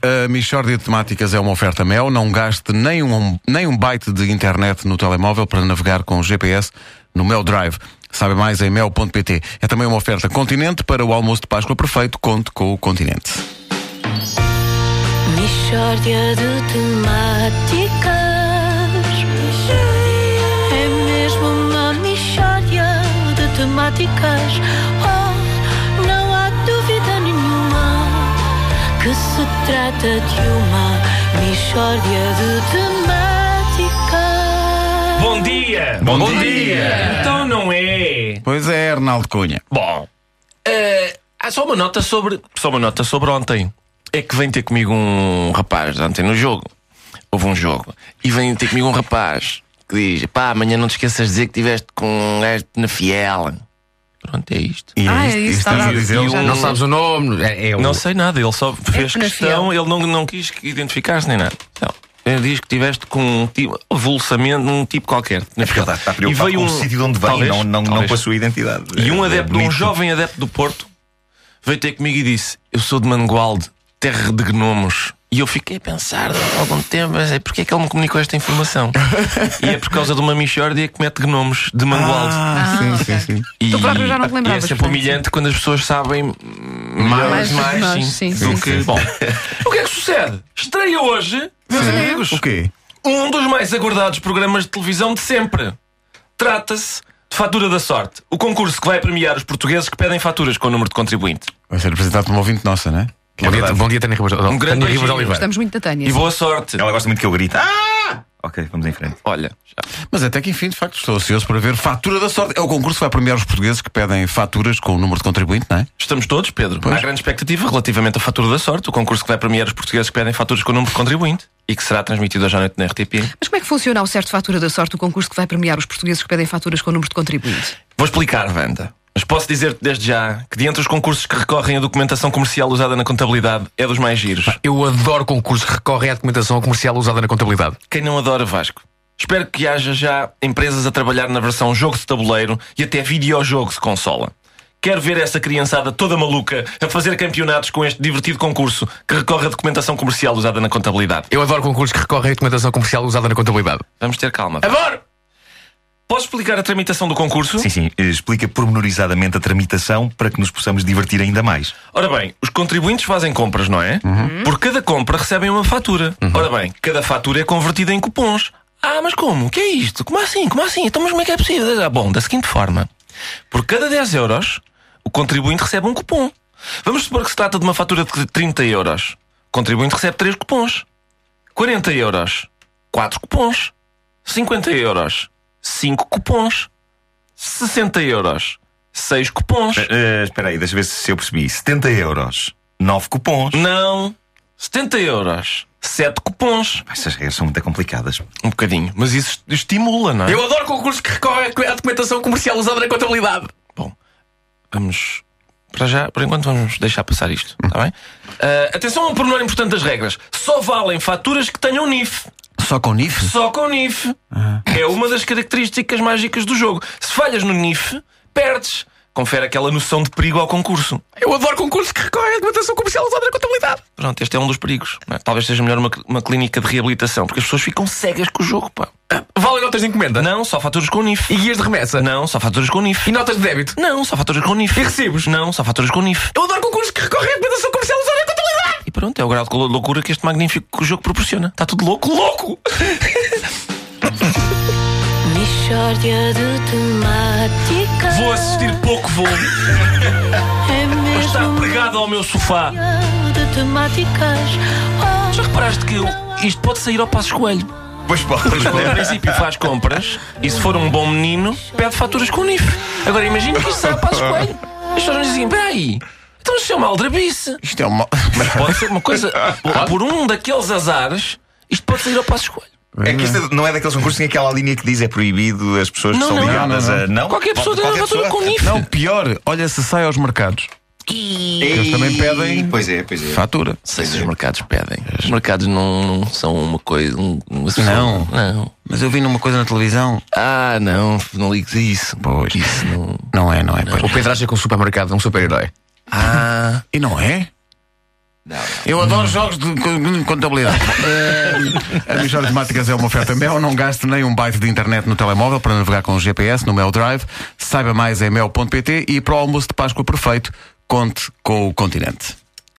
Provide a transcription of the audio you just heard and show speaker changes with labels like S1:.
S1: A Michórdia de Temáticas é uma oferta Mel. Não gaste nem um, nem um byte de internet no telemóvel para navegar com GPS no Mel Drive. Sabe mais em mel.pt. É também uma oferta Continente para o almoço de Páscoa perfeito. Conte com o Continente.
S2: Mishória de temáticas É mesmo uma mishória de temáticas Oh, não há dúvida nenhuma Que se trata de uma mishória de temáticas
S3: Bom dia!
S1: Bom Bom dia. dia.
S3: Então não é.
S1: Pois é, Arnaldo Cunha.
S3: Bom. eh, há só uma nota sobre. Só uma nota sobre ontem. É que vem ter comigo um rapaz ontem no jogo. Houve um jogo. E vem ter comigo um rapaz que diz: pá, amanhã não te esqueças de dizer que estiveste com um gajo na fiel. Pronto, é isto.
S1: E
S4: Ah, é isso,
S1: isto
S4: tá
S1: estás a
S4: bem.
S1: dizer.
S4: E
S3: um-
S5: Não sabes o nome? É, é o...
S3: Não sei nada, ele só
S6: É
S3: fez
S4: penafiel.
S3: questão, ele não, não quis identificar-se nem nada. Não. Ele diz que tiveste com um tipo, avulsamento, um tipo qualquer. na
S6: É Porque
S3: fiel. um-
S6: ele está, está preocupado com o um sítio de onde vem
S3: talvez,
S6: não, não, não
S3: talvez.
S6: com a sua identidade.
S3: E um
S6: É
S3: adepto, um
S6: bonito.
S3: jovem adepto do Porto, veio ter comigo e disse: Eu sou de Mangualde, terra de gnomos. E eu fiquei a pensar durante algum tempo, mas é porque é que ele me comunicou esta informação? e é por causa de uma Michórdia que mete gnomos de Mangualde.
S1: Ah, sim,
S4: ok.
S1: sim, sim.
S3: e,
S4: Tu próprio já não te
S3: e é
S4: lembravas,
S3: sempre
S4: portanto,
S3: humilhante quando as pessoas sabem hum,
S4: Mais
S3: mais, mais,
S4: do que nós,
S3: sim,
S4: sim,
S3: do
S4: sim,
S3: que. Bom, o que é que sucede? Estreia hoje, meus amigos,
S1: O quê?
S3: um dos mais aguardados programas de televisão de sempre. Trata-se de Fatura da Sorte, o concurso que vai premiar os portugueses que pedem faturas com o número de contribuinte.
S1: Vai ser apresentado por uma ouvinte nossa, não é?
S5: Bom, dia, bom dia, Tânia Ribas,
S3: Um grande
S5: Tânia Ribas
S3: beijinho.
S5: Oliveira.
S4: Gostamos muito da Tânia.
S3: E boa sorte.
S6: Ela gosta muito que eu grite. Ah! Ok, vamos em frente.
S3: Olha, já.
S1: Mas até que enfim, de facto, estou ansioso para ver Fatura da Sorte. É o concurso que vai premiar os portugueses que pedem faturas com o número de contribuinte, não é?
S3: estamos todos, Pedro.
S1: Pois.
S3: Há grande expectativa relativamente à Fatura da Sorte, o concurso que vai premiar os portugueses que pedem faturas com o número de contribuinte e que será transmitido hoje à noite na RTP.
S4: Mas como é que funciona o certo fatura da sorte, o concurso que vai premiar os portugueses que pedem faturas com o número de contribuinte?
S3: Vou explicar, Wanda. Mas posso dizer-te desde já que, dentre os concursos que recorrem à documentação comercial usada na contabilidade, é dos mais giros.
S5: Eu adoro concursos que recorrem à documentação comercial usada na contabilidade.
S3: Quem não adora Vasco? Espero que haja já empresas a trabalhar na versão jogo de tabuleiro e até videojogo de consola. Quero ver essa criançada toda maluca a fazer campeonatos com este divertido concurso que recorre à documentação comercial usada na contabilidade.
S5: Eu adoro concursos que recorrem à documentação comercial usada na contabilidade.
S3: Vamos ter calma. Adoro! Posso explicar a tramitação do concurso?
S6: Sim, sim. eh, Explica pormenorizadamente a tramitação para que nos possamos divertir ainda mais.
S3: Ora bem, os contribuintes fazem compras, não é? Por cada compra recebem uma fatura. Ora bem, cada fatura é convertida em cupons. Ah, mas como? O que é isto? Como assim? Como assim? Então, mas como é que é possível? Ah, bom, da seguinte forma: por cada 10 euros, o contribuinte recebe um cupom. Vamos supor que se trata de uma fatura de 30 euros. O contribuinte recebe 3 cupons. 40 euros, 4 cupons. 50 euros, 5 cupons. 60 euros, 6 cupons.
S6: Eh, eh, espera aí, deixa eu ver se eu percebi. 70 euros, 9 cupons.
S3: Não. 70 euros. 7 cupons.
S6: Essas regras são muito complicadas.
S3: Um bocadinho. Mas isso est- estimula, não é?
S5: Eu adoro concursos que recorrem à documentação comercial usada na contabilidade.
S3: Vamos. Para já, por enquanto, vamos deixar passar isto. Está bem?
S5: Hum.
S3: Ah, atenção a um pormenor importante das regras. Só valem faturas que tenham NIF.
S1: Só com NIF?
S3: Só com NIF.
S5: Ah.
S3: É uma das características mágicas do jogo. Se falhas no NIF, perdes. Confere aquela noção de perigo ao concurso.
S5: Eu adoro concursos que recorrem à documentação comercial usada na contabilidade.
S3: Pronto, este é um dos perigos. não é? Talvez seja melhor uma, cl- uma clínica de reabilitação, porque as pessoas ficam cegas com o jogo, pá.
S5: Valem Ah, notas de encomenda?
S3: Não, só faturas com NIF.
S5: E guias de remessa?
S3: Não, só faturas com NIF.
S5: E notas de débito?
S3: Não, só faturas com NIF.
S5: E recibos?
S3: Não, só faturas com NIF.
S5: Eu adoro concursos que recorrem à documentação comercial usada na contabilidade.
S3: E pronto, é o grau de lou- loucura que este magnífico jogo proporciona. Está tudo louco, louco!
S2: Mishória de temáticas
S3: Vou assistir pouco, vou
S2: É mesmo
S3: estar pregado ao meu sofá.
S2: de temáticas. Oh,
S3: Já reparaste que eu- isto pode sair ao passo coelho?
S6: Pois pode, pois
S3: Ele,
S6: pode.
S3: a princípio, faz compras e, se for um bom menino, pede faturas com o NIF. Agora, imagina que isto sai ao passo coelho. As pessoas nos dizem: peraí, então isto é uma aldrabice.
S1: Isto é uma.
S3: Mas pode ser uma coisa. Por um daqueles azares, isto pode sair ao passo coelho.
S6: É que isto não é daqueles concursos em que aquela linha que diz é proibido as pessoas
S3: Não,
S6: que
S3: não,
S6: são
S3: não,
S6: ligadas a. Não,
S3: Qualquer pessoa é tem
S6: Qualquer
S3: uma fatura com
S6: pessoa.
S3: NIF.
S1: Não, pior, olha se sai aos mercados. Eles também pedem
S6: Pois é, pois é.
S1: fatura.
S3: Sei se os mercados pedem. Os mercados não, não são uma coisa. um- uma sessão-
S1: Não.
S3: Não.
S1: Mas eu vi numa coisa na televisão.
S3: Ah, não, não ligues a isso. Pois. Isso não.
S1: Não é, não é. pois.
S5: O Pedro acha que um supermercado é um super-herói.
S3: Ah,
S1: E não é? Eu adoro jogos de co- contabilidade. Eh, a Michórdia de Temáticas é uma oferta Mel. Não gaste nem um byte de internet no telemóvel para navegar com o GPS no Mel Drive. Saiba mais em mel.pt e para o almoço de Páscoa perfeito, conte com o continente.